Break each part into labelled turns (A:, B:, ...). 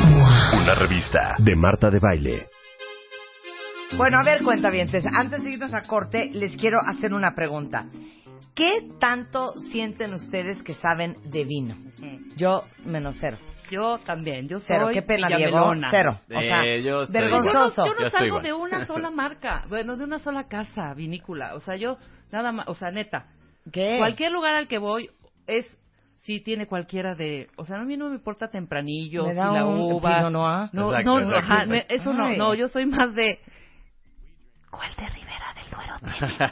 A: Una revista de Marta de Baile.
B: Bueno, a ver, cuentavientes, antes de irnos a corte, les quiero hacer una pregunta. ¿Qué tanto sienten ustedes que saben de vino? Yo, menos cero.
C: Yo también, yo soy
B: Cero, qué pena, Diego.
C: villamelona.
B: Cero. O sea,
D: Eh, yo estoy
C: Yo
D: igual.
C: no,
B: vergonzoso.
C: yo no
D: Yo estoy
C: salgo
D: igual.
C: de una sola marca, bueno, de una sola casa vinícola. O sea, yo nada más, o sea, neta,
B: ¿Qué?
C: cualquier lugar al que voy es si tiene cualquiera de, o sea, a mí no me importa tempranillo,
B: Me
C: si
B: da
C: la
B: un Ah,
C: uva.
B: Pinot Noir.
C: No,
D: Exacto,
C: no,
D: exacto,
C: ajá,
D: exacto.
C: me- eso no,
B: Ay.
C: no, yo soy más de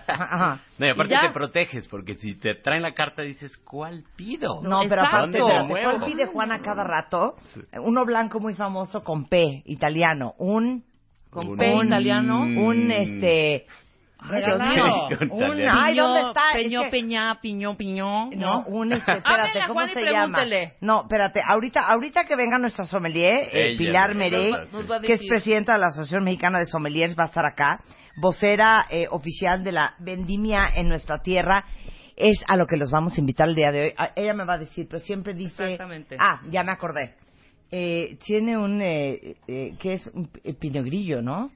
B: Ajá.
D: No, y aparte
C: ¿Y ya?
D: te proteges, porque si te traen la carta dices, ¿cuál pido?
B: No, pero aparte,
C: Exacto.
B: espérate,
D: ¿Dónde me
B: ¿cuál
D: muevo?
B: pide Juana cada rato? Uno blanco muy famoso con P, italiano. Un,
C: con
D: Un-
C: pe
B: un-
C: italiano.
B: un,
D: Mm.
B: este...
C: Ay,
B: Dios
C: claro.
B: mío,
D: Un
B: Un,
D: italiano.
B: ay, ¿dónde está? Es
C: Peñó,
B: que-
C: peñá, piñó, piñó.
B: No, un este,
C: Háblenle
B: espérate,
C: a
B: ¿cómo
C: Juan y
B: se llama?
C: pregúntele.
B: No, espérate, ahorita, ahorita que venga nuestra sommelier, eh,
D: Ella,
B: Pilar
D: nos
B: Meré,
D: va-
C: nos va a
B: que es
C: decir.
B: presidenta de la Asociación Mexicana de Sommeliers, va a estar acá, vocera eh, oficial de la vendimia en nuestra tierra, es a lo que los vamos a invitar el día de hoy. A- ella me va a decir, pero siempre dice...
C: Exactamente.
B: Ah, ya me acordé. Eh, tiene un, eh, eh, que es un p- eh, pinogrillo, ¿no?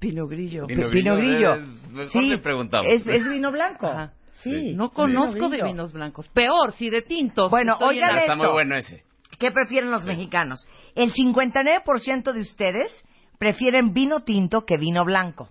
C: Pinogrillo.
D: Vino
B: P- pinogrillo.
D: grillo, eh, mejor le preguntamos.
B: Es, es vino blanco.
C: Ajá.
B: Sí.
C: No conozco de
B: grillo.
C: vinos blancos. Peor, sí, de tintos.
B: Bueno,
C: Estoy en
B: oigan
C: la-
D: Ah, Está muy
B: esto.
D: bueno ese.
B: ¿Qué prefieren los mexicanos? El 59% de ustedes prefieren vino tinto que vino blanco.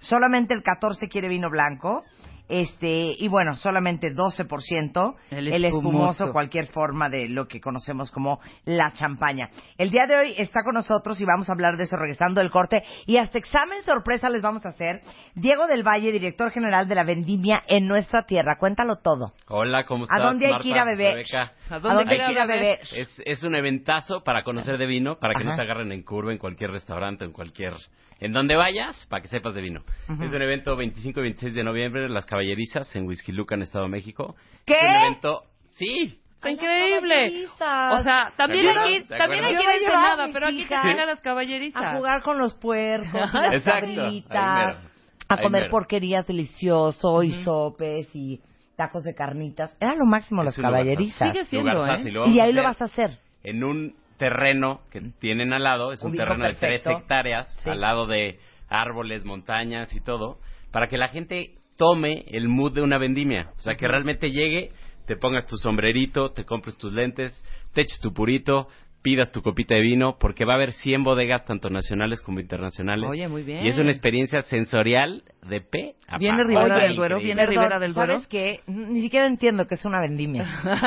B: Solamente el 14 quiere vino blanco. Este, y bueno, solamente 12% el
C: El
B: espumoso.
C: espumoso,
B: cualquier forma de lo que conocemos como la champaña. El día de hoy está con nosotros y vamos a hablar de eso regresando del corte y hasta examen sorpresa les vamos a hacer. Diego del Valle, director general de la Vendimia en nuestra tierra, cuéntalo todo.
D: Hola, ¿cómo
B: ¿A
D: estás?
B: dónde hay que ir a
D: Marta,
B: beber?
D: Rebeca?
C: ¿A
B: ¿A
C: dónde
B: dónde hay que ir a beber?
D: Es, es un eventazo para conocer de vino, para que
B: Ajá.
D: no te agarren en curva en cualquier restaurante, en cualquier... En donde vayas, para que sepas de vino. Es un evento 25 y 26 de noviembre en Las Caballerizas, en Whisky Lucan, Estado de México.
B: ¿Qué?
D: Es un evento... Sí.
C: Está increíble.
B: las caballerizas.
C: O sea, también
D: ¿Te
C: hay
D: acuerdas?
C: que ir,
D: ¿Te
C: también hay que ir
B: acuerdas?
C: a
B: Yo iba a llevar a
C: Ensenada,
B: mis
C: pero aquí que
B: hijas
C: vengan las
B: A
C: caballerizas.
B: jugar con los puercos, y las
D: Exacto, ahí
B: cabritas,
D: mero,
B: a
D: ahí
B: comer
D: mero.
B: porquerías delicioso y sopes y tacos de carnitas. Era lo máximo las
D: Es un lugar
B: caballerizas.
C: Sigue siendo,
D: Lugarzazo,
C: ¿eh?
D: lo vamos
B: Y
D: a
B: ahí lo
D: hacer
B: vas a hacer.
D: en un terreno que tienen al lado, es un
B: Ubico
D: terreno
B: perfecto.
D: de tres hectáreas,
B: Sí.
D: al lado de árboles, montañas y todo, para que la gente tome el mood de una vendimia. O sea, que realmente llegue, te pongas tu sombrerito, te compres tus lentes, te eches tu purito, pidas tu copita de vino, porque va a haber 100 bodegas, tanto nacionales como internacionales.
C: Oye, muy bien.
D: Y es una experiencia sensorial de P a
C: Viene
D: pa.
C: Ribera
D: Oye,
C: del Duero,
D: increíble.
C: viene Ribera del Duero.
B: ¿Sabes qué? Ni siquiera entiendo que es una vendimia.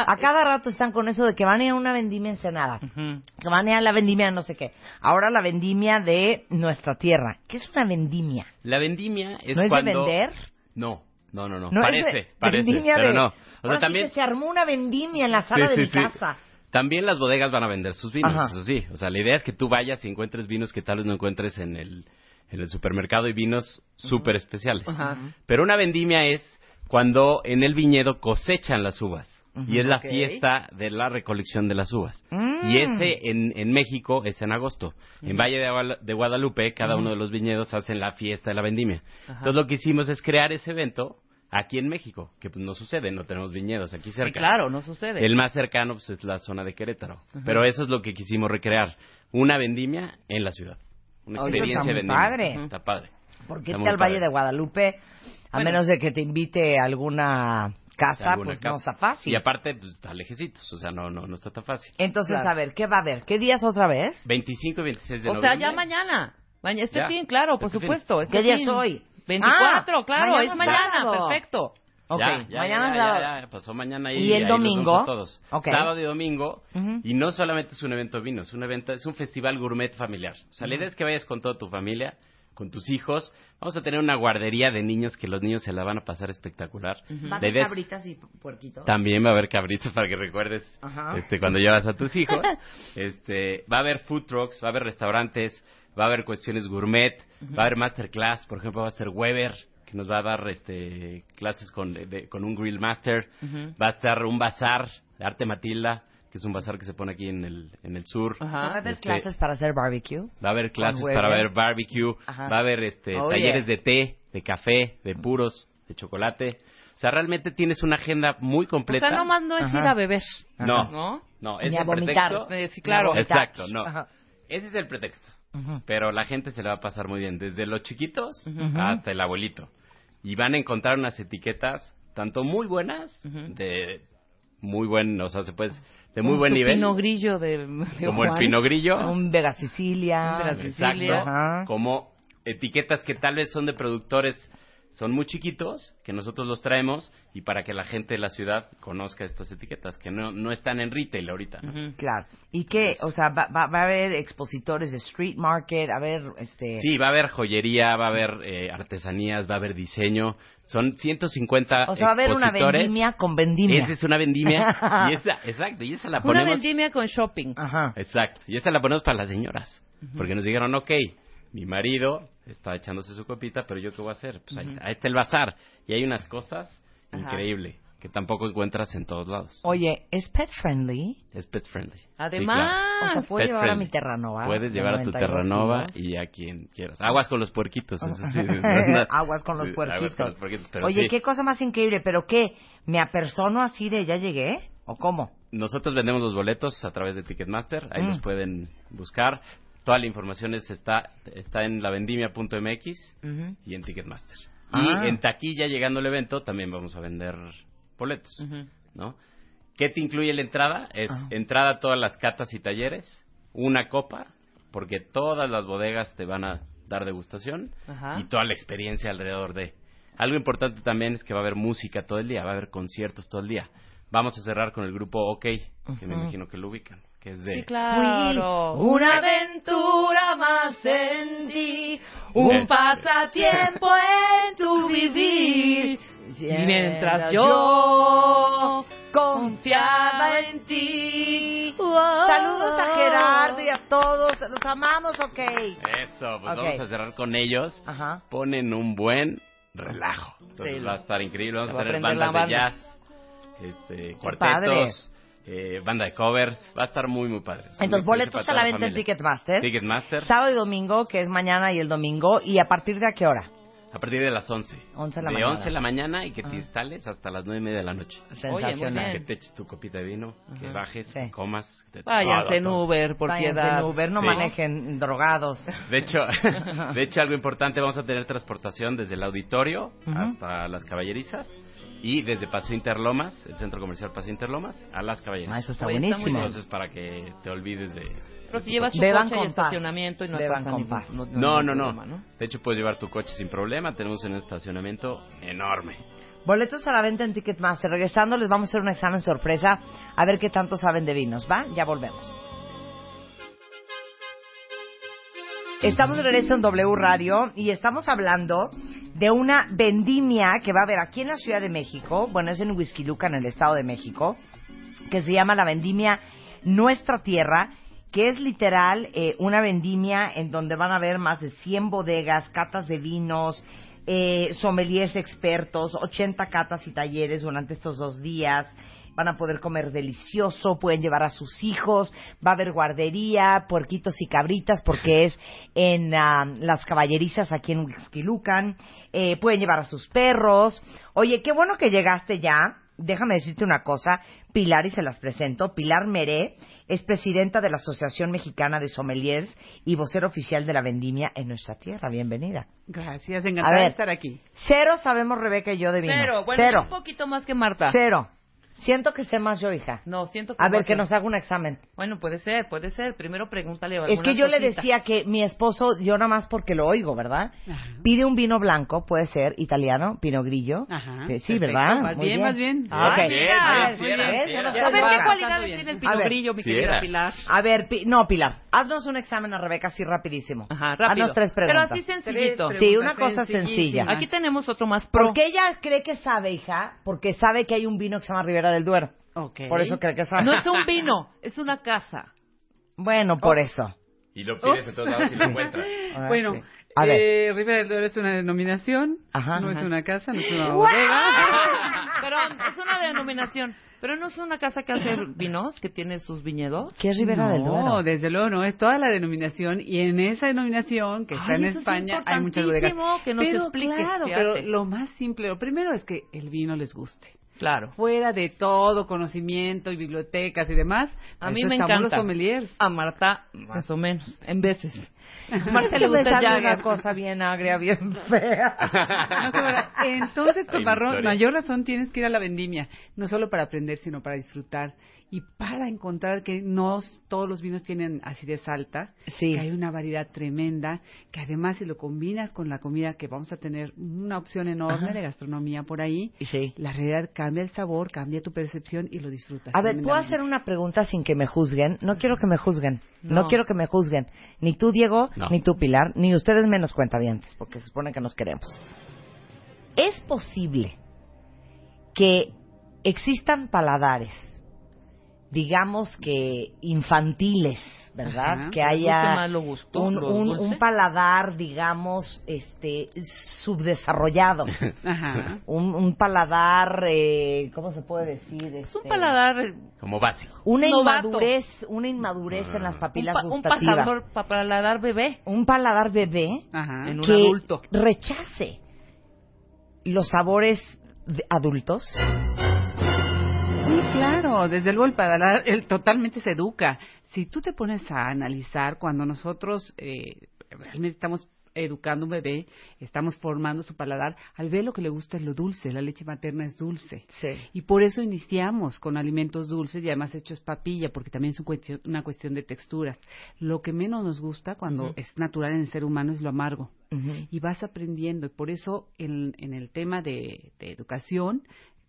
B: A cada rato están con eso de que van a ir a una vendimia ensenada.
C: Ujú.
B: Que van a ir a la vendimia de no sé qué. Ahora la vendimia de nuestra tierra. ¿Qué es una vendimia?
D: La vendimia es
B: ¿No es
D: cuando...
B: de vender?
D: No, no, no, no.
B: No, es
D: parece,
B: de-
D: parece,
B: vendimia
D: pero
B: de-
D: no. O
B: Ahora
D: sea,
B: sí
D: también...
B: que se armó una vendimia en la sala de
D: Sí, sí,
B: mi
D: sí.
B: casa.
D: También las bodegas van a vender sus vinos,
B: Ajá.
D: eso sí. O sea, la idea es que tú vayas y encuentres vinos que tal vez no encuentres en el, en el supermercado y vinos súper especiales.
C: Ajá.
D: Pero una vendimia es cuando en el viñedo cosechan las uvas. Y es la
C: ok.
D: fiesta de la recolección de las uvas.
B: Mm.
D: Y ese en, en México es en agosto. En Valle de, Agual- de Guadalupe, cada uno de los viñedos hacen la fiesta de la vendimia. Entonces lo que hicimos es crear ese evento aquí en México, que pues, no sucede, no tenemos viñedos aquí
C: Sí,
D: cerca.
C: claro, no sucede.
D: El más cercano pues, es la zona de Querétaro. Pero eso es lo que quisimos recrear. Una vendimia en la ciudad. Una
B: Oh, eso está muy
D: experiencia de vendimia.
B: padre.
D: Ujú. Está padre.
B: Porque
D: Está
B: irte
D: muy
B: al
D: padre.
B: Valle de Guadalupe, a
C: Bueno.
B: menos de que te invite alguna casa,
D: alguna
B: pues
D: casa.
B: no está fácil.
D: Y aparte, pues está lejecitos, o sea, no, no, no está tan fácil.
B: Entonces,
C: Claro.
B: a ver, ¿qué va a haber? ¿Qué días otra vez?
D: 25 y 26 de
C: O
D: noviembre.
C: sea, ya mañana. Mañana, este
D: Ya.
C: fin, claro, por
D: Este fin.
C: supuesto. Este
B: ¿Qué día
C: fin.
B: es hoy?
C: 24,
B: Ah,
C: claro,
B: mañana
C: es
B: es
C: mañana,
B: sábado.
C: perfecto.
B: Ok,
D: Ya, ya,
B: mañana
D: ya,
B: es
D: ya,
B: sábado.
D: ya, pasó mañana y,
B: ¿Y el
D: ahí nos vemos
B: domingo?
D: a todos.
B: Ok.
D: Sábado y domingo.
B: Ujú.
D: Y no solamente es un evento de vino, es un evento, es un festival gourmet familiar. O sea, la idea es que vayas con toda tu familia, con tus hijos. Vamos a tener una guardería de niños que los niños se la van a pasar espectacular.
B: ¿Va a
D: La
B: haber
D: idea es-
B: cabritas y pu- puerquitos?
D: También va a haber cabritos para que recuerdes
B: Ajá.
D: este, cuando llevas a tus hijos. Este, va a haber food trucks, va a haber restaurantes, va a haber cuestiones gourmet, va a haber masterclass, por ejemplo, va a ser Weber que nos va a dar este, clases con, de- con un grill master, va a estar un bazar de arte Matilda, que es un bazar que se pone aquí en el, en el sur.
C: Ajá.
B: ¿No va a haber
D: Este,
B: clases para hacer barbecue?
D: Va a haber clases
B: Con
D: para
B: Weber.
D: ver barbecue,
B: Ajá.
D: va a haber este,
B: Oh,
D: talleres
B: yeah.
D: de té, de café, de puros, de chocolate. O sea, realmente tienes una agenda muy
C: O
D: completa.
C: sea, nomás no es
B: Ajá.
C: ir a beber.
D: No.
C: ¿No?
D: No,
B: Ni
D: ese
B: a vomitar.
D: pretexto.
C: Eh, sí, claro.
B: Ni a vomitar.
D: Exacto, no.
B: Ajá.
D: Ese es el pretexto.
B: Ujú.
D: Pero la gente se la va a pasar muy bien, desde los chiquitos hasta el abuelito. Y van a encontrar unas etiquetas, tanto muy buenas, de muy buen, o sea, se puede, de muy
C: Un-
D: buen
C: tu
D: nivel,
C: Pino grillo de, de
D: como el
C: Juan.
D: pino grillo,
B: Un Vega Sicilia.
C: Un Vega
D: exacto,
C: Sicilia.
B: Ajá.
D: como etiquetas que tal vez son de productores, son muy chiquitos, que nosotros los traemos, y para que la gente de la ciudad conozca estas etiquetas, que no, no están en retail ahorita. ¿no?
C: Ujú.
B: Claro. ¿Y qué? O sea, va, va- va a haber expositores de street market, a ver, este...
D: Sí, va a haber joyería, va a haber eh, artesanías, va a haber diseño. Son 150
B: O sea, va a haber una
D: expositores.
B: vendimia con vendimia.
D: Esa es una vendimia. y esa, exacto, y esa la
C: Una
D: ponemos.
C: vendimia con shopping.
B: Ajá.
D: Exacto, y esa la ponemos para las señoras. Porque nos dijeron, ok, mi marido está echándose su copita, pero yo qué voy a hacer? Pues ahí, ahí está el bazar. Y hay unas cosas
C: Ajá.
D: increíbles que tampoco encuentras en todos lados.
B: Oye, ¿es pet friendly?
D: Es pet friendly. Sí,
C: Además,
D: claro.
B: O sea, ¿puedo
D: Pet
B: llevar a
D: friendly.
B: mi Terranova?
D: Puedes llevar a tu
B: 92
D: Terranova
B: kilos.
D: y a quien quieras. Aguas con los puerquitos, eso
B: aguas
D: sí.
B: con los
D: Sí, Aguas con los puerquitos,
B: puerquitos.
D: pero
B: Oye,
D: sí.
B: qué cosa más increíble, pero qué, me apersono así de ya llegué o cómo?
D: Nosotros vendemos los boletos a través de Ticketmaster, ahí
B: Mm.
D: los pueden buscar. Toda la información es- está, está en lavendimia.mx y en Ticketmaster.
B: Ah.
D: Y en taquilla, llegando al evento, también vamos a vender boletos,
C: Ujú.
D: ¿no? ¿Qué te incluye la entrada? Es
B: Ah.
D: entrada a todas las catas y talleres, una copa, porque todas las bodegas te van a dar degustación
C: Ajá.
D: y toda la experiencia alrededor de. Algo importante también es que va a haber música todo el día, va a haber conciertos todo el día. Vamos a cerrar con el grupo OK, que me
B: Ujú.
D: imagino que lo ubican, que es de...
C: Sí, claro.
B: Uy, una
C: aventura más en ti,
D: un
C: pasatiempo en tu vivir. Y mientras yo confiaba en ti.
B: Oh. Saludos a Gerardo y a todos, los amamos, ok.
D: Eso, pues
B: Ok.
D: vamos a cerrar con ellos.
B: Ajá.
D: Ponen un buen relajo. Entonces
B: Sí.
D: va a estar increíble. Vamos
C: Se
D: a
C: va a
D: tener
C: prender
D: bandas
C: la
D: de
C: banda.
D: jazz, este,
B: padre.
D: cuartetos, eh, banda de covers. Va a estar muy, muy padre. Es una
B: Entonces,
D: experiencia
B: boletos a
D: para
B: la
D: toda
B: venta en
D: familia.
B: Ticketmaster.
D: Ticketmaster,
B: Sábado y domingo, que es mañana y el domingo, y a partir de a qué hora?
D: a partir de las 11.
B: 11 de la
D: de
B: mañana.
D: 11 de la mañana y que te instales hasta las 9 y media de la noche.
C: Bien.
D: Que te eches tu copita de vino, que bajes,
B: Sí.
D: comas. que te- todo,
C: Váyanse en
D: todo.
C: Uber, por
B: Váyanse
C: piedad.
B: en Uber, no
D: Sí.
B: manejen drogados.
D: De hecho, de hecho, algo importante, vamos a tener transportación desde el auditorio
B: Ujú.
D: hasta las caballerizas y desde Paseo Interlomas, el centro comercial Paseo Interlomas, a las
B: Ah, eso
D: caballerizas.
B: está
C: Oye, está muy
B: buenísimo.
D: Entonces, para que te olvides de...
C: Pero si llevas tu
B: Beban
C: coche
B: con
C: y
B: paz.
C: estacionamiento y no
B: Beban
C: atrasan
B: con
C: ningún-
B: paz.
D: No, no,
C: ningún
D: no.
C: problema,
D: De hecho, puedes llevar tu coche sin problema. Tenemos un estacionamiento enorme.
B: Boletos a la venta en Ticketmaster. Regresando, les vamos a hacer un examen sorpresa a ver qué tanto saben de vinos, ¿va? Ya volvemos. Estamos de regreso en W Radio y estamos hablando de una vendimia que va a haber aquí en la Ciudad de México. Bueno, es en Huizquiluca, en el Estado de México, que se llama la vendimia Nuestra Tierra, que es literal eh, una vendimia en donde van a haber más de 100 bodegas, catas de vinos, eh, sommeliers expertos, 80 catas y talleres durante estos dos días. Van a poder comer delicioso, pueden llevar a sus hijos, va a haber guardería, puerquitos y cabritas, porque es en ah, las caballerizas aquí en Huixquilucan. Eh, pueden llevar a sus perros. Oye, qué bueno que llegaste ya. déjame decirte una cosa, Pilar, y se las presento. Pilar Meré es presidenta de la Asociación Mexicana de Sommeliers y vocera oficial de la vendimia en nuestra tierra. Bienvenida.
E: Gracias,
B: A
E: encantada
B: ver.
E: de estar aquí.
B: Cero sabemos, Rebeca y yo, de vino.
C: Cero, bueno,
B: Cero.
C: un poquito más que Marta.
B: Cero. Siento que sé más yo, hija.
C: No, siento que
B: A ver,
C: más
B: que nos haga un examen.
C: Bueno, puede ser, puede ser. Primero pregúntale
B: Es que
C: algunas
B: yo le
C: cositas.
B: decía que mi esposo, yo nada más porque lo oigo, ¿verdad?
E: Ajá.
B: Pide un vino blanco, puede ser italiano, pino grillo.
E: Ajá.
B: Eh, Sí,
E: Perfecto,
B: ¿verdad?
E: más
B: Muy
E: bien, más bien.
B: Ah, ¿eh? ok.
D: Bien, bien,
C: Ah,
B: muy
D: bien, sí era,
B: bien,
D: sí
B: ya
D: era.
B: nos
C: A ver, ¿qué
B: Bastante
C: cualidades
E: bien.
C: tiene el
B: A
C: pino
B: ver.
C: grillo, mi
D: Sí
C: querida
D: era.
C: Pilar?
B: A ver, Pi- no, Pilar, haznos un examen a Rebeca así rapidísimo.
C: Ajá, rápido.
B: Haznos tres
C: Pero
B: preguntas.
C: así sencillito.
E: Tres
B: Sí, una
E: preguntas
B: cosa sencilla.
E: sencillísimas.
C: Aquí tenemos otro más pro.
B: Porque ella cree que sabe, hija, porque sabe que hay un vino que se llama Ribera del Duero.
E: Ok.
B: Por eso cree que sabe.
C: No es un vino, es una casa.
B: Bueno,
C: Oh.
B: por eso.
D: Y lo pides en todos lados y lo encuentras.
B: Ahora
E: Bueno,
B: sí. a ver.
E: eh, Ribera del Duero es una denominación,
B: Ajá.
E: no
B: Ajá.
E: es una casa, no es una bodega.
C: Pero es una denominación. Pero no es una casa que hace vinos, que tiene sus viñedos.
B: ¿Qué es Ribera del Duero?
E: No, desde luego no, es toda la denominación y en esa denominación que está
C: Ay,
E: en
C: eso es
E: España hay muchas bodegas.
C: importantísimo que nos
E: pero
C: expliques,
E: claro,
C: fíjate.
E: pero lo más simple, lo primero es que el vino les guste.
C: Claro.
E: Fuera de todo conocimiento y bibliotecas y demás,
C: A
E: para
C: mí
E: eso
C: me
E: estamos
C: encanta.
E: los sommeliers.
C: A Marta, más o menos, en veces. A
B: Es
C: Marta
B: que
C: le
B: me
C: gusta
B: sale
C: ya
B: una cosa bien agria, bien fea.
E: No, Cora, Entonces, con
D: Ay,
E: barro-
D: Victoria.
E: mayor razón tienes que ir a la vendimia, no solo para aprender, sino para disfrutar y para encontrar que no s- todos los vinos tienen acidez alta,
B: Sí.
E: que hay una variedad tremenda, que además si lo combinas con la comida, que vamos a tener una opción enorme de gastronomía por ahí,
B: Sí.
E: la realidad cambia el sabor, cambia tu percepción y lo disfrutas.
B: A ver, ¿puedo
E: tremendamente.
B: hacer una pregunta sin que me juzguen? No quiero que me juzguen. No,
C: No.
B: quiero que me juzguen. Ni tú, Diego,
D: No.
B: ni tú, Pilar, ni ustedes menos cuentavientes, porque se supone que nos queremos. ¿Es posible que existan paladares, digamos que infantiles, ¿verdad?
E: Ajá.
B: Que
C: Guste
B: haya
C: más lo gustoso,
B: un,
C: lo
B: un- un
C: dulce.
B: paladar, digamos, este, subdesarrollado.
E: Ajá.
B: un, un paladar, eh, ¿cómo se puede decir?
C: Es un
B: Este,
C: paladar, eh,
D: Como básico.
B: Una
C: Novato.
B: inmadurez, una inmadurez en las
C: un,
B: papilas
C: pa- un
B: gustativas.
C: pasador pa- paladar bebé.
B: Un paladar bebé
E: Ajá.
C: Ah, En un
B: que
C: adulto.
B: rechace los sabores de- adultos.
E: Sí, claro, desde luego el paladar él totalmente se educa. Si tú te pones a analizar cuando nosotros eh, realmente estamos educando a un bebé, estamos formando su paladar, al bebé lo que le gusta es lo dulce, la leche materna es dulce. Y por eso iniciamos con alimentos dulces y además hechos papilla, porque también es un cuestión- una cuestión de texturas. Lo que menos nos gusta cuando es natural en el ser humano es lo amargo
B: Ujú.
E: y vas aprendiendo. Y por eso en, en el tema de, de educación,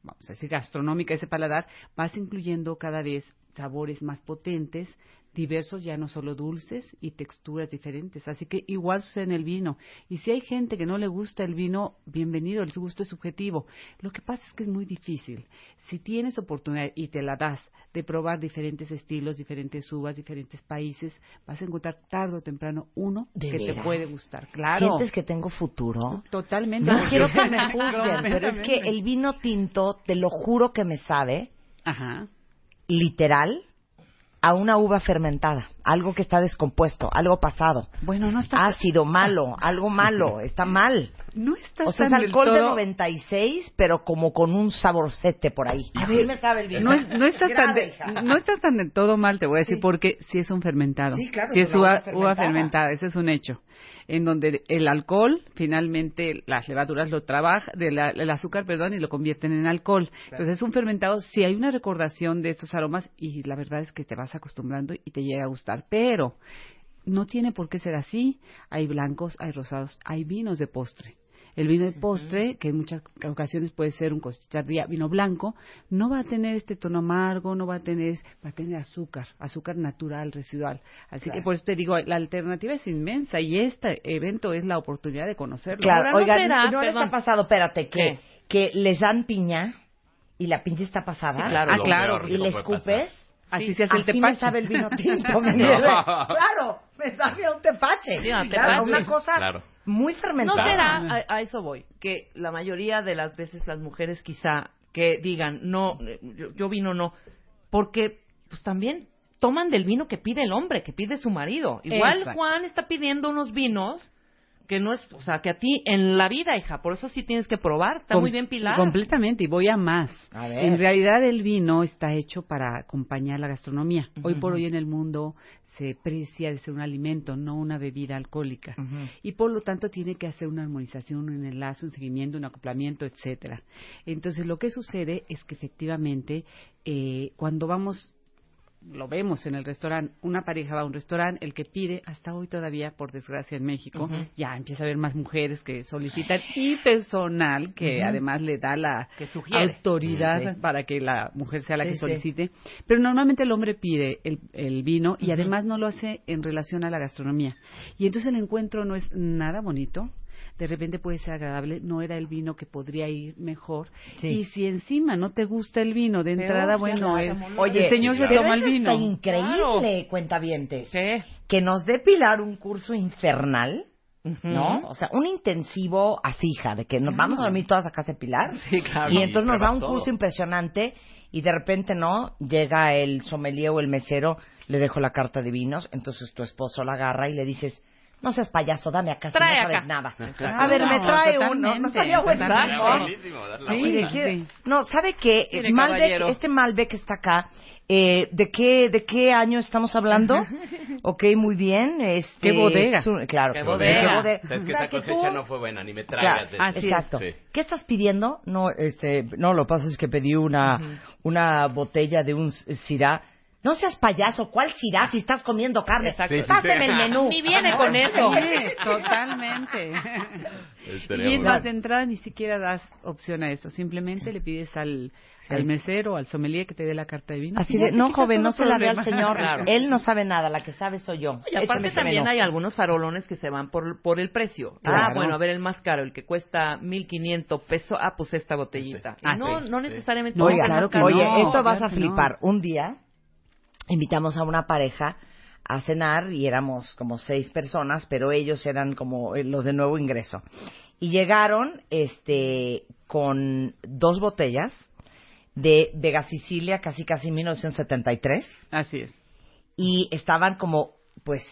E: vamos a decir gastronómica, ese paladar, vas incluyendo cada vez sabores más potentes, diversos, ya no solo dulces y texturas diferentes. Así que igual sucede en el vino. Y si hay gente que no le gusta el vino, bienvenido, el gusto es subjetivo. Lo que pasa es que es muy difícil. Si tienes oportunidad y te la das de probar diferentes estilos, diferentes uvas, diferentes países, vas a encontrar tarde o temprano uno
B: ¿De
E: que te
B: veras?
E: puede gustar. Claro.
B: ¿Sientes que tengo futuro?
E: Totalmente.
B: No quiero que me juzguen,
E: Completamente.
B: pero es que el vino tinto, te lo juro que me sabe,
E: Ajá.
B: literal, a una uva fermentada, algo que está descompuesto, algo pasado,
E: Bueno, no está...
B: ácido, malo, algo malo, está mal.
E: No está
B: O sea, es
E: tan del
B: alcohol de
E: todo-
B: 96, pero como con un saborcete por ahí. A mí me sabe el vino.
E: No, es- no estás tan
B: Grave,
E: de-
B: hija.
E: no estás tan del todo mal, te voy a decir,
B: Sí.
E: porque si es un fermentado.
B: Sí, claro,
E: si
B: es
E: es
B: una
E: uva,
B: uva
E: uva
B: fermentada.
E: fermentada, ese es un hecho. En donde el alcohol, finalmente, las levaduras lo trabajan, el azúcar, perdón, y lo convierten en alcohol. Entonces es un fermentado, si hay una recordación de estos aromas, y la verdad es que te vas acostumbrando y te llega a gustar. Pero no tiene por qué ser así. Hay blancos, hay rosados, hay vinos de postre. El vino de postre, que en muchas ocasiones puede ser un costarría vino blanco, no va a tener este tono amargo, no va a tener, va a tener azúcar, azúcar natural, residual. Así que por eso te digo, la alternativa es inmensa y este evento es la oportunidad de conocerlo.
B: Claro,
C: Ahora, ¿no
B: oiga,
C: será?
B: no, les ha
C: Perdón.
B: pasado, espérate, que,
C: ¿Qué?
B: que les dan piña y la piña está pasada.
C: Sí, claro.
E: Ah, claro.
B: Y le escupes.
E: Así
C: sí,
E: se hace el
B: Así
E: tepache.
B: me sabe el vino tinto, me
D: No.
B: viene. Claro, me sabe a un tepache.
C: Sí, a un
B: Claro,
C: tepache.
B: una cosa
D: Claro.
B: muy
C: ¿No
B: fermentada.
C: será, a, a eso voy, que la mayoría de las veces las mujeres quizá que digan, no, eh, yo, yo vino no, porque pues también toman del vino que pide el hombre, que pide su marido. Igual
E: Exacto.
C: Juan está pidiendo unos vinos que no es, o sea, que a ti en la vida, hija, por eso sí tienes que probar. Está muy
E: Com-
C: bien Pilar.
E: Completamente, y voy a más.
B: A ver.
E: en realidad el vino está hecho para acompañar la gastronomía. Hoy por hoy en el mundo se precia de ser un alimento, no una bebida alcohólica. Y por lo tanto tiene que hacer una armonización, un enlace, un seguimiento, un acoplamiento, etcétera. Entonces lo que sucede es que efectivamente eh, cuando vamos lo vemos en el restaurante, una pareja va a un restaurante, el que pide, hasta hoy todavía, por desgracia, en México, ya empieza a haber más mujeres que solicitan y personal que además le da la
C: Que sugiere.
E: autoridad para que la mujer sea la que solicite. Pero normalmente el hombre pide el, el vino y además no lo hace en relación a la gastronomía. Y entonces el encuentro no es nada bonito. De repente puede ser agradable, no era el vino que podría ir mejor. Y si encima no te gusta el vino de entrada, bueno, es-
B: Oye,
E: el señor se
B: pero
E: toma el
B: eso
E: vino.
B: Está increíble,
C: Claro.
B: cuentavientes.
C: ¿Qué?
B: Que nos dé Pilar un curso infernal, ¿no? O sea, un intensivo así, hija, de que nos vamos a dormir todas a casa de Pilar.
C: Sí, claro.
B: Y entonces nos da
D: prueba
B: un
D: todo.
B: curso impresionante y de repente, ¿no? Llega el sommelier o el mesero, le dejo la carta de vinos, entonces tu esposo la agarra y le dices... No seas payaso, dame acá, si
C: Trae
B: no sabes
C: acá.
B: nada.
E: Exacto.
B: A ver, me
E: No,
B: trae uno. No
E: totalmente,
B: estaría
E: totalmente.
B: buenísimo.
D: Era
E: Claro.
D: buenísimo, dar la
E: Sí,
D: vuelta.
B: Oye,
E: no,
B: ¿quiere-
E: sí.
B: No, ¿sabe qué?
C: Mire,
B: Malbec,
C: caballero.
B: este Malbec está acá. Eh, ¿de, qué, ¿De qué año estamos hablando? ok, muy bien. Este,
E: ¿Qué bodega?
B: es un- claro.
D: Qué bodega.
C: Bodega.
B: bodega.
D: O sea, es que
B: O sea,
D: esa
B: que
D: cosecha
B: tú-
D: no fue buena, ni me
B: Claro,
D: traigas. de
E: así
D: este.
B: exacto.
D: Sí.
B: ¿Qué estás pidiendo? No, este, no, lo que pasa es que pedí una, una botella de un s- sirá. No seas payaso, ¿cuál sirá si estás comiendo carne?
C: Exacto.
D: Sí, sí,
B: Pásame
D: sí.
B: el menú. Ah,
C: Ni viene con eso.
E: Sí, totalmente.
D: Estaría
E: Y
D: muy
E: las
D: bien.
E: entradas ni siquiera das opción a eso. Simplemente le pides al,
B: Sí.
E: al mesero o al sommelier que te dé la carta de vino.
B: Así
E: Y ya
B: de,
E: te
B: no,
E: quitas
B: joven,
E: todo
B: no se la dé al
E: problema.
B: señor.
E: Claro.
B: Él no sabe nada, la que sabe soy yo.
C: Pues Y aparte
B: Échame ese
C: también
B: menú.
C: hay algunos farolones que se van por, por el precio. Ah,
E: Claro.
C: bueno, a ver, el más caro, el que cuesta 1.500 pesos, ah, pues esta botellita.
E: Ah,
C: no,
D: sí,
C: no
D: sí.
C: necesariamente.
E: No,
C: compren
B: Oiga,
E: claro
C: más
E: que
C: caro.
B: oye,
E: no.
B: esto
E: claro
B: vas a
E: que
B: flipar. Un día invitamos a una pareja a cenar y éramos como seis personas, pero ellos eran como eh, los de nuevo ingreso. Y llegaron este con dos botellas de Vega Sicilia, casi casi 1973,
E: Así es.
B: y estaban como pues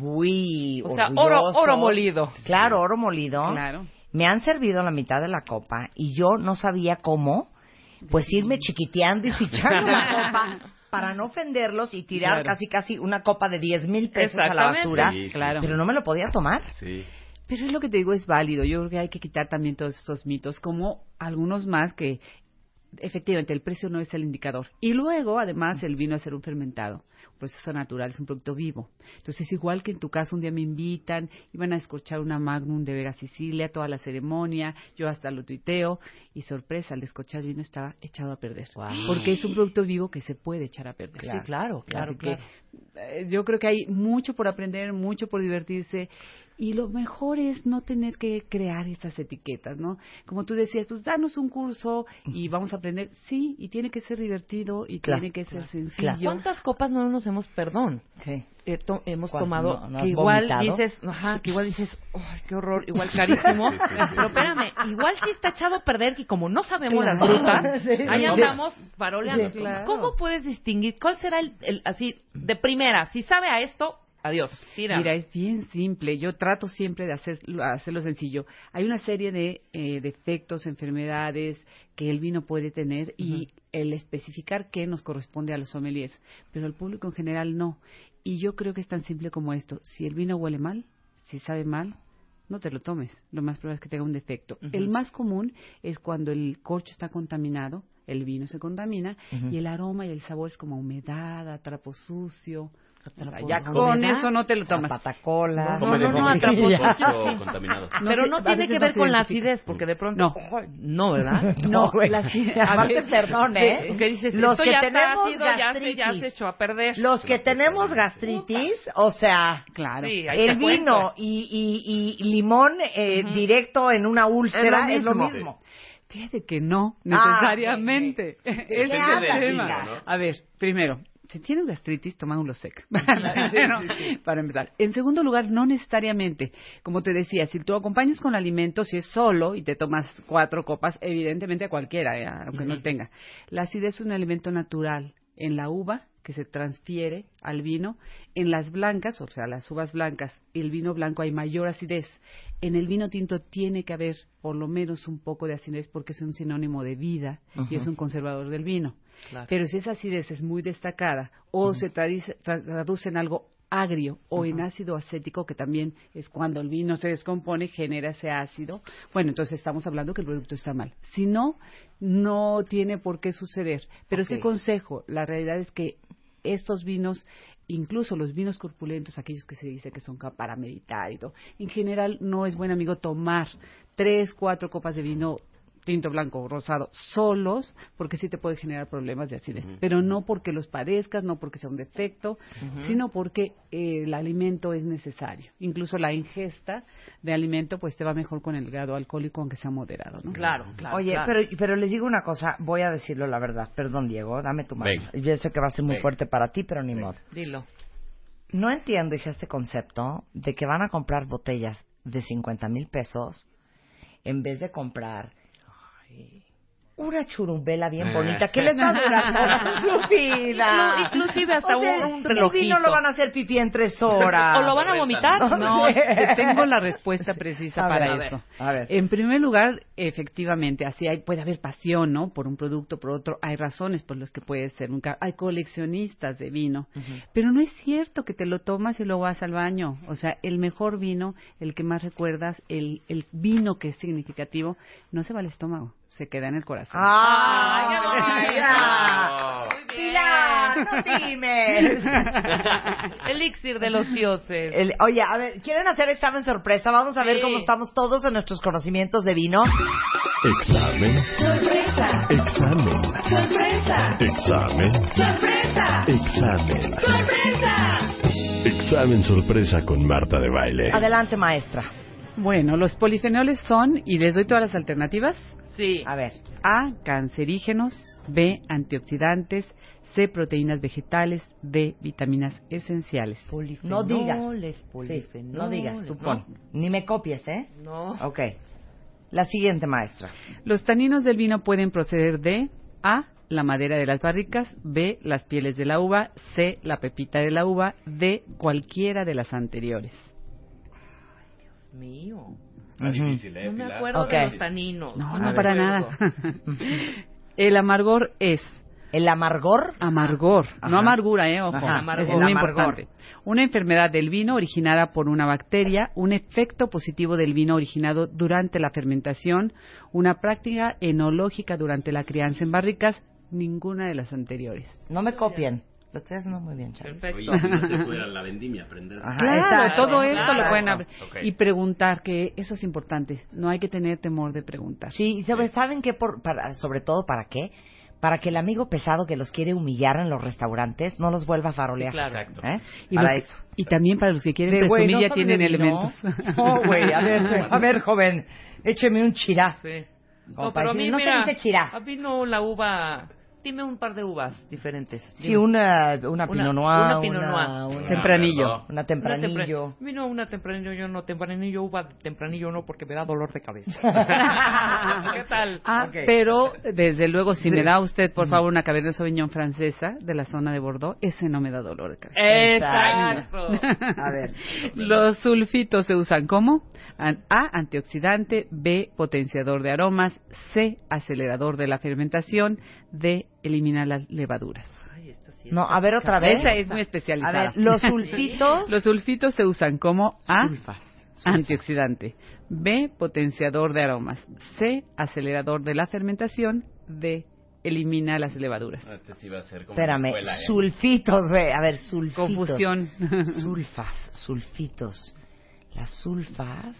B: muy
C: O sea, oro-
B: orgullosos.
C: oro molido.
B: Claro, oro molido
E: Claro.
B: me han servido la mitad de la copa y yo no sabía cómo, pues irme chiquiteando y fichando la copa para no ofenderlos y tirar
E: Claro.
B: casi casi una copa de 10 mil pesos a la
C: Exactamente.
B: basura,
D: Sí, sí.
E: Claro.
B: pero no me lo podía tomar.
D: Sí.
E: Pero es lo que te digo, es válido. Yo creo que hay que quitar también todos estos mitos, como algunos más que efectivamente el precio no es el indicador. Y luego, además, el vino es ser un fermentado. Un proceso natural, es un producto vivo. Entonces, igual que en tu casa, un día me invitan, iban a escuchar una magnum de Vega Sicilia, toda la ceremonia, yo hasta lo tuiteo, y sorpresa, al descochar el vino estaba echado a perder. Porque es un producto vivo que se puede echar a perder.
B: Sí, claro, claro,
E: Así que, eh, yo creo que hay mucho por aprender, mucho por divertirse. Y lo mejor es no tener que crear esas etiquetas, ¿no? Como tú decías, pues danos un curso y vamos a aprender. Sí, y tiene que ser divertido y
B: Claro,
E: tiene que ser
B: claro.
E: sencillo.
C: ¿Cuántas copas no nos hemos, perdón, eh, to- hemos
B: ¿Cuál?
C: tomado
B: ¿No- no has
C: que igual
B: vomitado?
C: dices, ajá, que igual dices, ay, qué horror, igual carísimo.
D: Sí, sí, sí.
C: Pero espérame, igual sí está echado a perder y como no sabemos las rutas, ahí andamos faroleando.
E: Sí, claro.
C: ¿Cómo puedes distinguir cuál será el, el- así de primera? Si sabe a esto, adiós, tira.
E: Mira, es bien simple. Yo trato siempre de hacer, hacerlo sencillo. Hay una serie de eh, defectos, enfermedades que el vino puede tener y el especificar qué nos corresponde a los sommeliers, pero al público en general no. Y yo creo que es tan simple como esto. Si el vino huele mal, si sabe mal, no te lo tomes. Lo más probable es que tenga un defecto. El más común es cuando el corcho está contaminado, el vino se contamina y el aroma y el sabor es como a humedad, a trapo sucio.
B: Ya
E: Con
B: humedad,
E: eso no te lo tomas.
B: La patacola.
C: No,
D: Como el
C: no, no,
D: limón.
C: atrapó.
D: Mucho
C: Sí.
D: contaminado.
E: No
C: Pero
E: sé,
C: no
E: a
C: tiene
E: veces
C: que
E: no
C: ver
E: se
C: con la
E: identifica.
C: acidez, porque de pronto.
E: No.
C: Ay, no, ¿verdad?
B: No, güey.
E: la acidez-
B: Aparte,
E: a ver,
B: perdón, ¿eh?
C: Porque dices,
B: los
C: esto
B: que
C: ya está
B: tenemos
C: ácido, ya se,
B: gastritis,
C: ya se echó a perder.
B: los que tenemos gastritis, o sea,
E: Claro.
C: Sí, ahí
B: el
C: te cuento.
B: vino y, y- y limón eh, directo en una úlcera es lo
E: mismo.
B: mismo.
E: Fíjate que
B: Ah,
E: no, necesariamente. Ese es el
B: hablas,
E: tema.
B: hija?
D: ¿no?
E: A ver, primero, si tienes gastritis, toma un Losec. Primero, Para empezar. En segundo lugar, no necesariamente. Como te decía, si tú acompañas con alimentos, si es solo y te tomas cuatro copas, evidentemente a cualquiera, eh, aunque no tenga. La acidez es un alimento natural en la uva que se transfiere al vino. En las blancas, o sea, las uvas blancas, el vino blanco hay mayor acidez. En el vino tinto tiene que haber por lo menos un poco de acidez porque es un sinónimo de vida y es un conservador del vino.
C: Claro.
E: Pero si esa acidez es muy destacada o se tradice- tra- traduce en algo agrio o en ácido acético, que también es cuando el vino se descompone, genera ese ácido, bueno, entonces estamos hablando que el producto está mal. Si no, no tiene por qué suceder. Pero sí
C: Ok.
E: consejo, la realidad es que estos vinos, incluso los vinos corpulentos, aquellos que se dice que son ca- para meditar y todo, en general no es buen amigo tomar tres, cuatro copas de vino tinto, blanco o rosado solos, porque sí te puede generar problemas de acidez. Pero no porque los padezcas, no porque sea un defecto, sino porque eh, el alimento es necesario. Incluso la ingesta de alimento pues te va mejor con el grado alcohólico, aunque sea moderado, ¿no?
C: Claro, claro.
B: Oye,
C: claro.
B: pero, pero les digo una cosa, voy a decirlo la verdad. Perdón, Diego, dame tu mano.
D: Venga.
B: Yo sé que va a ser muy
D: Venga.
B: fuerte para ti, pero ni modo.
C: Dilo.
B: No entiendo, hija, este concepto de que van a comprar botellas de 50 mil pesos en vez de comprar una churumbela bien
D: Ah.
B: bonita que les va a durar toda su vida.
C: Inclu- inclusive hasta
B: O sea,
C: un- un
B: el
C: relojito.
B: vino lo van a hacer pipí en tres horas.
C: ¿O lo van a vomitar?
E: No, te tengo la respuesta precisa
B: A ver,
E: para
B: a ver,
E: eso.
B: a ver.
E: En primer lugar, efectivamente, así hay, puede haber pasión, ¿no? Por un producto, por otro. Hay razones por las que puede ser un ca- Hay coleccionistas de vino. Pero no es cierto que te lo tomas y luego vas al baño. O sea, el mejor vino, el que más recuerdas, el, el vino que es significativo, no se va al estómago, se queda en el corazón.
B: Ah. ¡Ay,
C: Ay, Ah.
B: mira! ¡Mira! ¡No times!
C: Elixir de los dioses.
B: El- oye, a ver, ¿quieren hacer examen sorpresa? Vamos a ver
C: Sí.
B: cómo estamos todos en nuestros conocimientos de vino.
A: Examen. Sorpresa. Examen. Sorpresa. Examen. Sorpresa. Examen. Sorpresa. Examen sorpresa con Marta de Baile.
B: Adelante, maestra.
E: Bueno, los polifenoles son, y les doy todas las alternativas,
C: Sí.
B: A ver.
E: A. Cancerígenos. B. Antioxidantes. C. Proteínas vegetales. D. Vitaminas esenciales.
B: No digas. Sí,
C: polifenoles.
B: no digas, tú pon. Ni me copies, ¿eh?
C: No.
B: Ok. La siguiente maestra.
E: Los taninos del vino pueden proceder de A. La madera de las barricas. B. Las pieles de la uva. C. La pepita de la uva. D. Cualquiera de las anteriores.
C: Mío.
D: Está difícil, ¿eh,
C: No me
D: Pilar?
C: acuerdo
B: Ok.
C: de los taninos.
E: No,
C: me
E: no para
C: acuerdo.
E: nada. El amargor es
B: El amargor.
E: Amargor, no
B: Ajá.
E: amargura, eh, ojo,
B: Ajá,
E: es
B: amargor.
E: muy
B: El amargor.
E: importante. Una enfermedad del vino originada por una bacteria, un efecto positivo del vino originado durante la fermentación, una práctica enológica durante la crianza en barricas, ninguna de las anteriores.
B: No me copien. Lo estoy haciendo muy bien, Charlie.
C: Perfecto.
D: Oye, si no se pudiera la vendimia aprender.
B: Ajá,
E: Claro,
B: exacto,
E: todo
C: exacto.
E: esto lo pueden
B: exacto.
E: abrir
D: Ok.
E: y preguntar, que eso es importante. No hay que tener temor de preguntar.
B: Sí, y sobre, ¿saben qué? Por, para, sobre todo, ¿para qué? Para que el amigo pesado que los quiere humillar en los restaurantes no los vuelva a farolear.
C: Sí, claro.
D: Exacto.
B: ¿Eh?
E: Y,
B: para
E: los-
B: eso.
E: y también para los que quieren
B: De, güey,
E: presumir
B: ¿no
E: ya
B: sabes
E: tienen
B: de vino?
E: elementos.
B: No, güey, a ver, a ver, joven, écheme un chirá.
C: Sí.
B: Como
C: No,
B: para
C: pero a mí,
B: decir, no se
C: mira,
B: dice chirá.
C: A mí no la uva. Dime un par de uvas diferentes.
B: Sí,
C: Dime.
B: una, una Pinot Noir,
C: una Pinot
B: una-
C: Noir.
B: una-
E: Tempranillo.
B: una
C: Una tempra-
B: Tempranillo.
C: A mí no, una tempranillo, yo no. Tempranillo, uva tempranillo no, porque me da dolor de cabeza. ¿Qué tal?
E: Ah,
B: Ok.
E: pero desde luego, si me
B: Sí.
E: da usted, por favor, una Cabernet Sauvignon francesa de la zona de Bordeaux, ese no me da dolor de cabeza.
C: Exacto.
B: A ver.
E: Los sulfitos se usan como an- A, antioxidante, B, potenciador de aromas, C, acelerador de la fermentación, D, elimina las levaduras.
C: Ay, esta sí es-
B: No, a ver otra vez.
E: Esa es muy
B: A
E: especializada.
B: ver, los sulfitos.
E: Los sulfitos se usan como A,
B: Sulfas.
E: antioxidante, B, potenciador de aromas, C, acelerador de la fermentación, D, elimina las levaduras.
D: Este sí va a ser como
B: Espérame,
D: una escuela, ¿eh?
B: sulfitos, güey. A ver, sulfitos.
E: Confusión.
B: Sulfas, sulfitos. Las sulfas.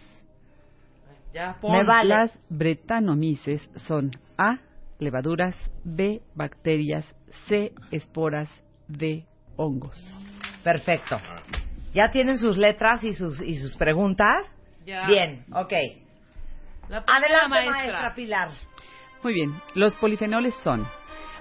C: Ya, pon.
B: Me vale.
E: Las bretanomices son A, levaduras, B, bacterias, C, esporas, D, hongos.
B: Perfecto. Ya tienen sus letras y sus, y sus preguntas.
C: Ya.
B: Bien, ok.
C: La primera
B: Adelante, maestra Pilar.
E: Muy bien, los polifenoles son.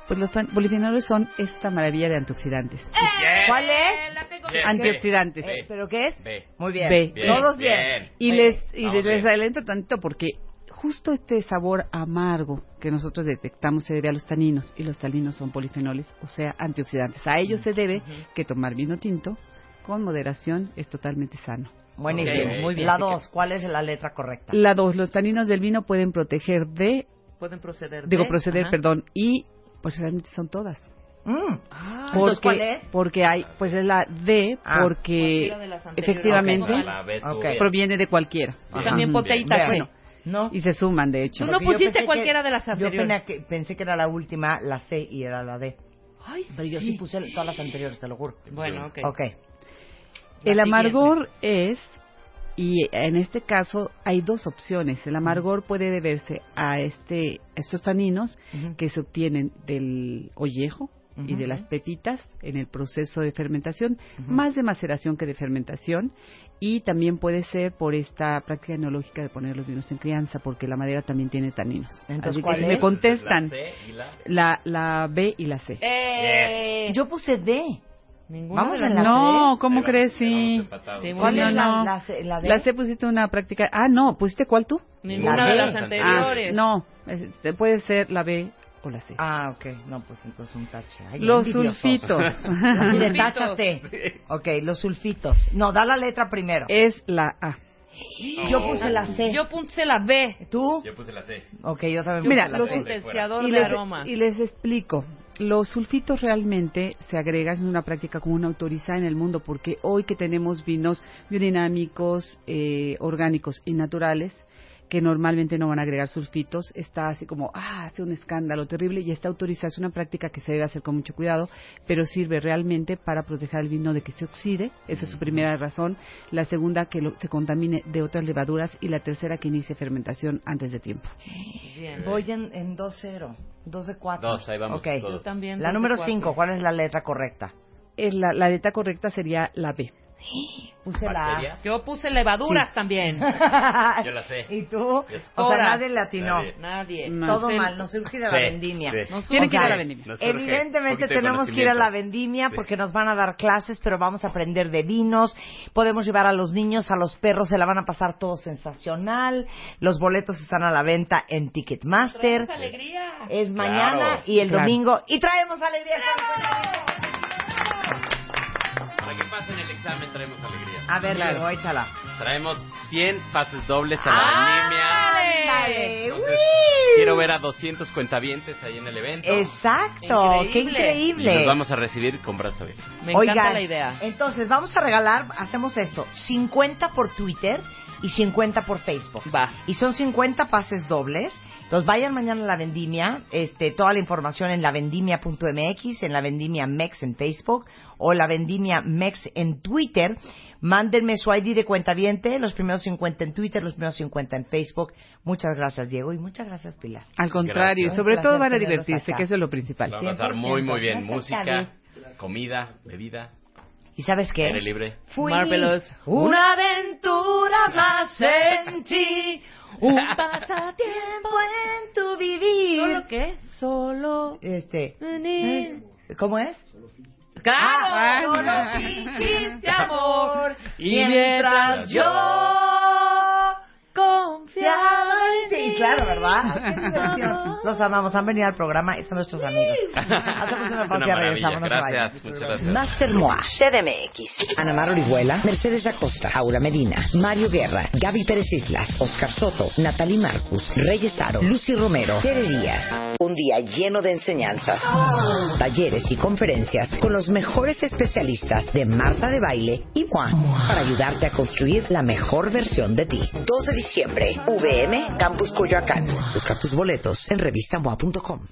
E: Pues los fan- polifenoles son esta maravilla de antioxidantes.
D: Bien.
B: ¿Cuál
C: Eh,
B: es?
C: la tengo.
D: Bien.
E: Antioxidantes.
D: B.
B: Eh, ¿Pero qué es?
D: B.
B: Muy bien.
E: B.
D: Bien,
B: Todos bien.
D: bien.
E: Y les, y
D: Vamos
E: les
D: bien.
E: adelanto tanto porque justo este sabor amargo que nosotros detectamos se debe a los taninos y los taninos son polifenoles, o sea, antioxidantes. A ellos se debe que tomar vino tinto con moderación es totalmente sano.
B: Buenísimo.
C: Ok, muy bien.
B: La dos, ¿cuál es la letra correcta?
E: La dos, los taninos del vino pueden proteger de,
C: Pueden proceder. de-
E: digo proceder,
C: Ajá.
E: perdón, y pues realmente son todas.
B: Mm.
C: Ah,
B: Por-
E: Porque,
B: Entonces, ¿cuál es?
E: Porque hay, pues es la D,
B: Ah.
E: porque
C: Cualquiera de las anteriores.
E: efectivamente
C: Ok,
D: La ves tú
B: Ok.
D: bien.
E: proviene de cualquiera.
D: Bien.
C: También
E: Ajá.
C: potaita,
B: Vean,
E: bueno.
B: no.
E: Y se suman, de hecho.
C: Tú no
B: Porque yo pensé
C: pusiste
B: que-
C: cualquiera de las
B: Yo
C: anteriores.
B: pena que- pensé que era la última, la C, y era la D.
C: Ay,
B: Pero yo sí puse todas las anteriores, te lo juro.
C: Bueno, ok.
B: Ok.
C: La
E: El
C: siguiente.
E: amargor es, y en este caso hay dos opciones. El amargor puede deberse a este, a estos taninos
B: Ujú.
E: que se obtienen del ollejo y
B: Ujú.
E: de las pepitas en el proceso de fermentación, más de maceración que de fermentación, y también puede ser por esta práctica enológica de poner los vinos en crianza, porque la madera también tiene taninos.
B: Entonces,
E: Así que
B: ¿cuál
E: si
B: es?
E: me contestan
D: La C y la-
E: la, la B y la C.
C: Eh,
B: Yo puse D.
C: Ninguna
B: Vamos
C: de las-
B: en la
E: no,
B: tres.
E: ¿cómo
D: Ahí va,
E: crees?
D: ya vamos
E: Sí.
D: empatados.
C: Sí,
B: ¿Cuál
E: no,
B: es la,
E: no.
B: la C? La D.
E: La C pusiste una práctica. Ah, no, ¿pusiste cuál tú?
C: Ninguna
B: La
C: de
B: B.
C: las anteriores.
E: Ah, no, este, puede ser la B o la C.
B: Ah, ok. No, pues entonces un tache. Ay,
E: Los
B: envidioso.
E: sulfitos.
B: Así de,
C: Sulfitos.
B: táchate. Ok, los sulfitos. No, da la letra primero.
E: es la A.
B: Yo puse la C.
C: Yo puse la B.
B: ¿Tú?
D: Yo puse la C.
B: Ok, yo también
E: Mira,
B: puse la
E: los-
B: C.
C: Potenciador
E: Y
C: de
E: les,
C: aroma.
E: y les explico. Los sulfitos realmente se agregan en una práctica común autorizada en el mundo porque hoy que tenemos vinos biodinámicos, eh, orgánicos y naturales, que normalmente no van a agregar sulfitos, está así como, ah, hace un escándalo terrible y está autorizada. Es una práctica que se debe hacer con mucho cuidado, pero sirve realmente para proteger al vino de que se oxide. Esa es su primera razón. La segunda, que lo- se contamine de otras levaduras. Y la tercera, que inicie fermentación antes de tiempo.
C: Bien.
B: Voy en, en 2-0. 2-4.
D: Dos, ahí vamos
B: Ok.
D: todos.
C: Yo también.
B: La
C: dos de
B: número
C: cuatro.
B: 5, ¿cuál es la letra correcta?
E: Es la, la letra correcta sería la B.
B: Puse
D: Bacteria.
C: Yo puse levaduras también.
B: la A.
D: Yo la sé.
B: ¿Y tú?
D: Yo sé.
B: O sea,
C: Ahora.
B: nadie latinó.
D: Nadie.
C: Nadie.
E: No.
B: Todo
C: Sí.
B: mal, nos surge de la
D: Sí,
B: vendimia.
D: sí.
C: Nos-
E: Tienen
B: O
E: que
B: sea,
E: ir a la vendimia.
D: Nos surge
B: Evidentemente
D: un poquito de
B: tenemos que ir a la
D: conocimiento.
B: vendimia
D: Sí.
B: porque nos van a dar clases, pero vamos a aprender de vinos. Podemos llevar a los niños, a los perros, se la van a pasar todo sensacional. Los boletos están a la venta en Ticketmaster.
C: Traemos alegría.
B: Es
D: Claro.
B: mañana y el
E: Claro.
B: domingo. Y traemos alegría.
D: Para que pasen el examen traemos alegría.
B: A ver,
E: Claro.
B: luego, échala.
D: Traemos 100 pases dobles a la anemia.
B: Ándale.
D: Entonces,
B: ¡Uy!
D: quiero ver a 200 cuentavientes ahí en el evento.
B: Exacto, qué
C: Increíble.
D: Y
B: increíble.
D: los vamos a recibir con brazos abiertos.
C: Me
B: Oigan, eh,
C: encanta la idea.
B: Entonces, vamos a regalar, hacemos esto, 50 por Twitter y 50 por Facebook.
C: Va.
B: Y son 50 pases dobles. Entonces, vayan mañana a la vendimia, este, toda la información en lavendimia.mx, en la vendimia MEX en Facebook o la vendimia MEX en Twitter. Mándenme su ID de cuenta los primeros 50 en Twitter, los primeros 50 en Facebook. Muchas gracias, Diego, y muchas gracias, Pilar.
E: Al contrario,
D: Gracias.
E: y sobre
B: Un
E: todo
B: placer
E: van a
B: tenerlos
E: divertirse,
B: acá.
E: que eso es lo
D: Lo
E: principal.
D: van a pasar muy, muy bien.
B: 100%.
D: Música, comida, bebida,
B: ¿Y sabes qué?
D: aire libre.
B: Fui
C: Marvelous.
B: una aventura más en ti, un pasatiempo en tu vivir.
C: ¿Solo qué? Solo.
B: Este,
C: Ni-
B: es- ¿cómo es? Ah,
C: Claro,
B: bueno.
C: solo fingiste amor.
D: Y
C: mientras yo confiaba en ti.
B: Sí, claro, ¿verdad? Qué diversión. Los amamos, han venido al programa, y son nuestros amigos. Hacemos una
D: Es una
B: pausa y regresamos. no
D: maravilla.
B: se vayan.
D: Gracias, muchas gracias.
B: Master Moa, CDMX, Ana Mar Orihuela, Mercedes Acosta, Aura Medina, Mario Guerra, Gaby Pérez Islas, Oscar Soto, Natalie Marcus, Reyes Aro, Lucy Romero, Tere Díaz. Un día lleno de enseñanzas, talleres y conferencias con los mejores especialistas de Marta de Baile y Moa para ayudarte a construir la mejor versión de ti. 2 de diciembre, VM Campus Coyoacán. Busca tus boletos en revistamoa.com.